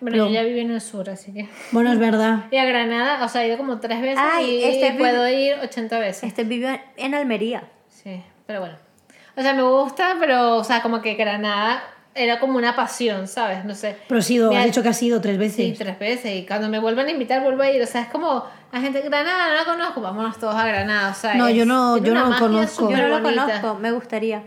B: Bueno, yo ya viví en el sur, así que.
A: bueno es verdad
B: Y a Granada, o sea, he ido como tres veces
C: Ay,
B: y
C: este es mi-
B: puedo ir 80 veces.
C: Este vivió en Almería.
B: Sí, pero bueno. O sea, me gusta, pero, o sea, como que Granada era como una pasión, ¿sabes? No sé.
A: pero sí,
B: Me
A: has
B: ha-
A: dicho que has ido tres veces
B: Sí, tres veces. Y cuando me vuelvan a invitar, vuelvo a ir. O sea, es como la gente, Granada, no la conozco. Vámonos todos a Granada. O sea,
A: No,
B: es-
A: yo no-
B: tiene
A: yo
B: una
A: no
B: magia
A: conozco.
C: Yo
B: súper
C: no lo
B: bonita.
C: conozco, me gustaría.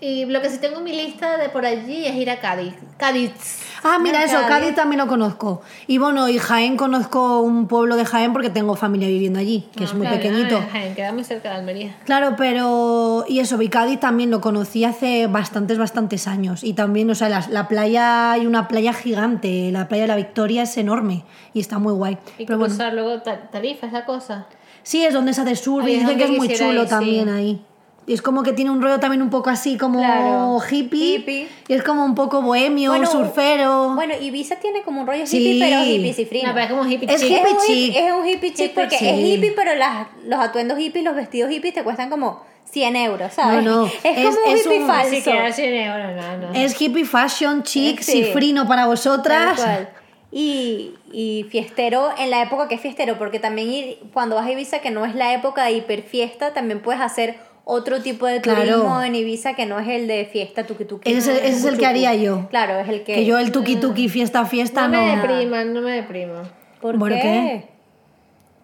B: Y lo que sí tengo en mi lista de por allí es ir a Cádiz. Cádiz.
A: Ah, mira,
C: Claro,
A: eso,
C: Cádiz.
A: Cádiz también lo conozco. Y bueno, y Jaén conozco un pueblo de Jaén porque tengo familia viviendo allí, que es
B: Ah,
A: muy
B: claro,
A: pequeñito.
B: ah, Jaén, queda muy cerca de Almería.
A: Claro, pero. Y eso, y Cádiz también lo conocí hace bastantes, bastantes años. Y también, o sea, las- la, playa, hay una playa gigante, la playa de la Victoria es enorme y está muy guay.
B: Y pues
A: Pero bueno,
B: cruzar luego Ta- Tarifa, esa cosa.
A: sí, es donde se hace surf
B: Ahí
A: y
B: es
A: dicen que es
B: donde
A: muy
B: quisiera
A: chulo
B: ir, sí.
A: también ahí. Y es como que tiene un rollo también un poco así como
C: Claro,
A: hippie,
C: hippie.
A: Y es como un poco bohemio,
C: Bueno,
A: surfero.
C: Bueno, Ibiza tiene como un rollo
A: Sí.
C: hippie, pero hippie cifrino.
B: No, pero es como hippie
A: Es
B: chic.
A: hippie
C: es, un
A: chic.
C: hippie, es un hippie chic
A: Hippie
C: porque
A: chic.
C: es hippie, pero las, los atuendos hippies, los vestidos hippies te cuestan como 100 euros, ¿sabes?
A: No, no,
C: Es,
A: es-
C: como un
A: es
C: hippie
A: un-
C: falso.
B: Sí, queda sin euro, no, no.
A: Es hippie fashion, chic,
C: Eh,
B: Este,
C: sí.
A: cifrino para
C: Tal
A: vosotras.
C: cual. Y, y fiestero en la época que es fiestero, porque también ir- cuando vas a Ibiza, que no es la época de hiperfiesta, también puedes hacer otro tipo de
A: Claro.
C: turismo en Ibiza que no es el de fiesta tuki tuki.
A: Ese es el- ese es el que haría yo.
C: Claro, es el que.
A: Que yo el tuki tuki, fiesta, fiesta,
B: mm. No
A: no.
B: me depriman, no me depriman.
C: ¿Por
A: Bueno,
C: qué?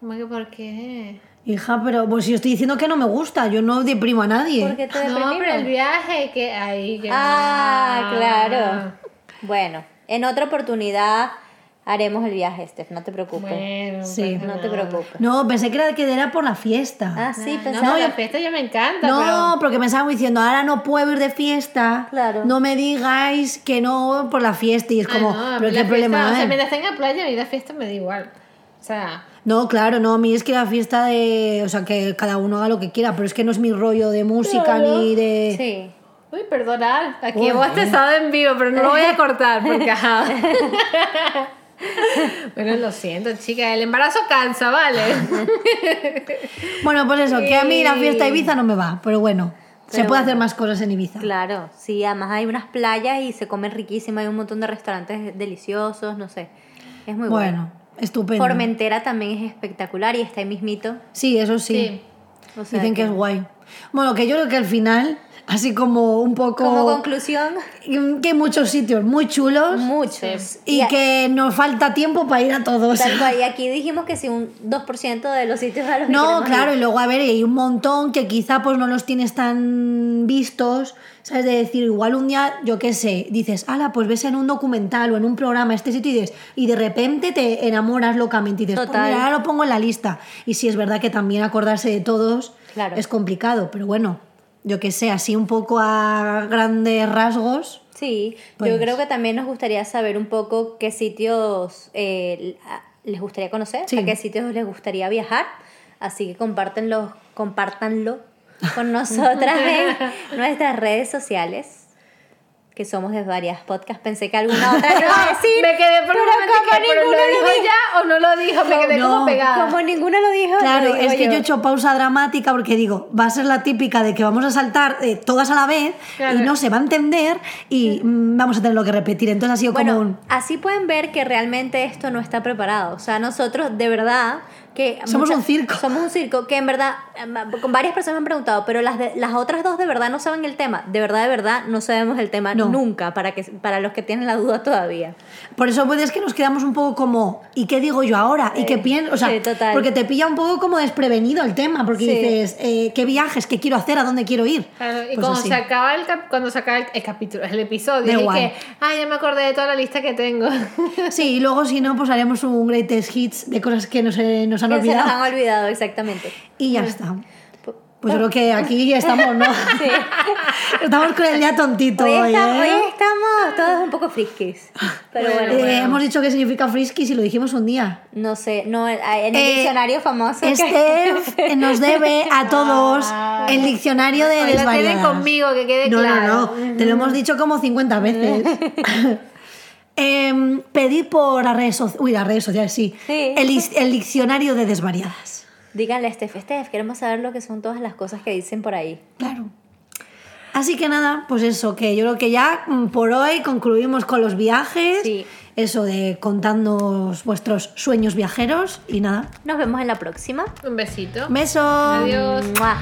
B: ¿Cómo que por qué?
A: Hija, pero pues si estoy diciendo que no me gusta, yo no deprimo a nadie.
C: ¿Por qué te
B: No,
C: deprimimos?
B: pero el viaje que ahí ya.
C: Ah, claro. Bueno, en otra oportunidad haremos el viaje, Steph, no te preocupes.
B: Bueno,
A: Sí.
B: pues
C: no te
B: nada.
C: preocupes.
A: No, pensé que era, que era por la fiesta.
C: Ah, sí,
B: Ah,
C: pensaba.
B: No, la fiesta ya me encanta.
A: no, porque me estaban diciendo, ahora no puedo ir de fiesta.
C: Claro.
A: No me digáis que no por la fiesta. Y es
B: pero,
A: como,
B: Ah, no,
A: pero
B: la
A: qué
B: fiesta,
A: problema ¿eh?".
B: O sea,
A: hay.
B: mientras tenga playa, a ir a fiesta me da igual. O sea,
A: No, claro, no, a mí es que la fiesta de. O sea, que cada uno haga lo que quiera, pero es que no es mi rollo de música ni de.
C: Sí.
B: uy, perdonad. Aquí
A: Uy,
B: hemos
A: bueno.
B: estado en vivo, pero no lo voy a cortar porque ajá. Bueno, lo siento, chica. El embarazo cansa, ¿vale?
A: Bueno, pues eso, que a mí la fiesta de Ibiza no me va, pero bueno, se puede hacer más cosas en Ibiza.
C: Claro, sí, además hay unas playas y se come riquísimo, hay un montón de restaurantes deliciosos, no sé. Es muy bueno.
A: Bueno, estupendo.
C: Formentera también es espectacular y está ahí mismito.
A: Sí, eso
B: Sí.
A: sí.
C: O sea
A: Dicen que es guay. Bueno, que yo creo que al final, así como un poco...
C: Como conclusión,
A: que hay muchos sitios muy chulos
C: muchos.
A: y que nos falta tiempo para ir a todos.
C: Tal cual, y aquí dijimos que sí, un 2% de los sitios a los que
A: No,
C: queremos
A: claro,
C: ir.
A: y luego a ver, hay un montón que quizá pues no los tienes tan vistos, ¿sabes? De decir, igual un día, yo qué sé, dices, ala, pues ves en un documental o en un programa este sitio y dices, y de repente te enamoras locamente y dices, pues
C: Total.
A: mira, ahora lo pongo en la lista. Y sí, es verdad que también acordarse de todos
C: Claro.
A: es complicado, pero bueno, yo qué sé, así un poco a grandes rasgos.
C: Sí,
A: Pues.
C: yo creo que también nos gustaría saber un poco qué sitios eh, a- les gustaría conocer,
A: Sí.
C: a qué sitios les gustaría viajar. Así que compártenlo, compártanlo con nosotras en nuestras redes sociales, que somos de varias podcasts. Pensé que alguna otra lo iba a decir,
B: me quedé por un
C: pero
B: momento
C: como
B: que pero lo
C: ninguno lo
B: dijo
C: dijo.
B: ya o no lo dijo, me quedé
A: No,
B: como pegada.
C: Como ninguno lo dijo.
A: Claro,
C: lo digo
A: es que yo he hecho pausa dramática porque digo, va a ser la típica de que vamos a saltar eh, todas a la vez
B: Claro.
A: y no se va a entender y mm, vamos a tenerlo que repetir. Entonces ha sido
C: Bueno,
A: como un...
C: así pueden ver que realmente esto no está preparado. O sea, nosotros de verdad que...
A: Somos un circo.
C: Somos un circo que en verdad, em, con varias personas me han preguntado, pero las, de- las otras dos de verdad no saben el tema. De verdad, de verdad, no sabemos el tema
A: No.
C: nunca, para, que, para los que tienen la duda todavía.
A: Por eso pues es que nos quedamos un poco como, ¿y qué digo yo ahora? ¿Y qué
C: Sí,
A: pienso? O sea,
C: sí, total.
A: porque te pilla un poco como desprevenido el tema, porque
C: Sí.
A: dices, eh, ¿qué viajes? ¿Qué quiero hacer? ¿A dónde quiero ir?
B: Claro, y
A: Pues
B: cuando,
A: así.
B: se acaba el cap- cuando se acaba el, el capítulo, el episodio,
A: Da
B: dije
A: igual.
B: que, ah, ya me acordé de toda la lista que tengo.
A: Sí, y luego si no, pues haremos un greatest hits de cosas que nos, eh, nos han
C: Que se nos
A: olvidado.
C: han olvidado, exactamente.
A: Y ya está. Pues yo creo que aquí estamos, ¿no? Estamos con el día tontito
C: Hoy,
A: hoy,
C: estamos,
A: ¿eh?
C: hoy estamos todos un poco friskis. Pero bueno,
B: Bueno,
A: Eh,
B: bueno.
A: Hemos dicho que significa frisky si lo dijimos un día.
C: no sé, no, en el
A: Eh,
C: diccionario famoso. que-
A: Steph eh, nos debe a todos el diccionario de
B: Hoy la tienen
A: desvariadas.
B: conmigo, que quede
A: No,
B: claro.
A: no, no. Te lo hemos dicho como 50 veces. Em, pedí por las redes sociales. Uy, las redes sociales, sí.
C: Sí.
A: El, is- el diccionario de desvariadas.
C: Díganle a Steph, Steph, queremos saber lo que son todas las cosas que dicen por ahí.
A: Claro. Así que nada, pues eso, que yo creo que ya mm, por hoy concluimos con los viajes.
C: Sí.
A: Eso de contándonos vuestros sueños viajeros y nada.
C: Nos vemos en la próxima.
B: Un besito.
A: Besos.
B: Adiós.
C: ¡Mua!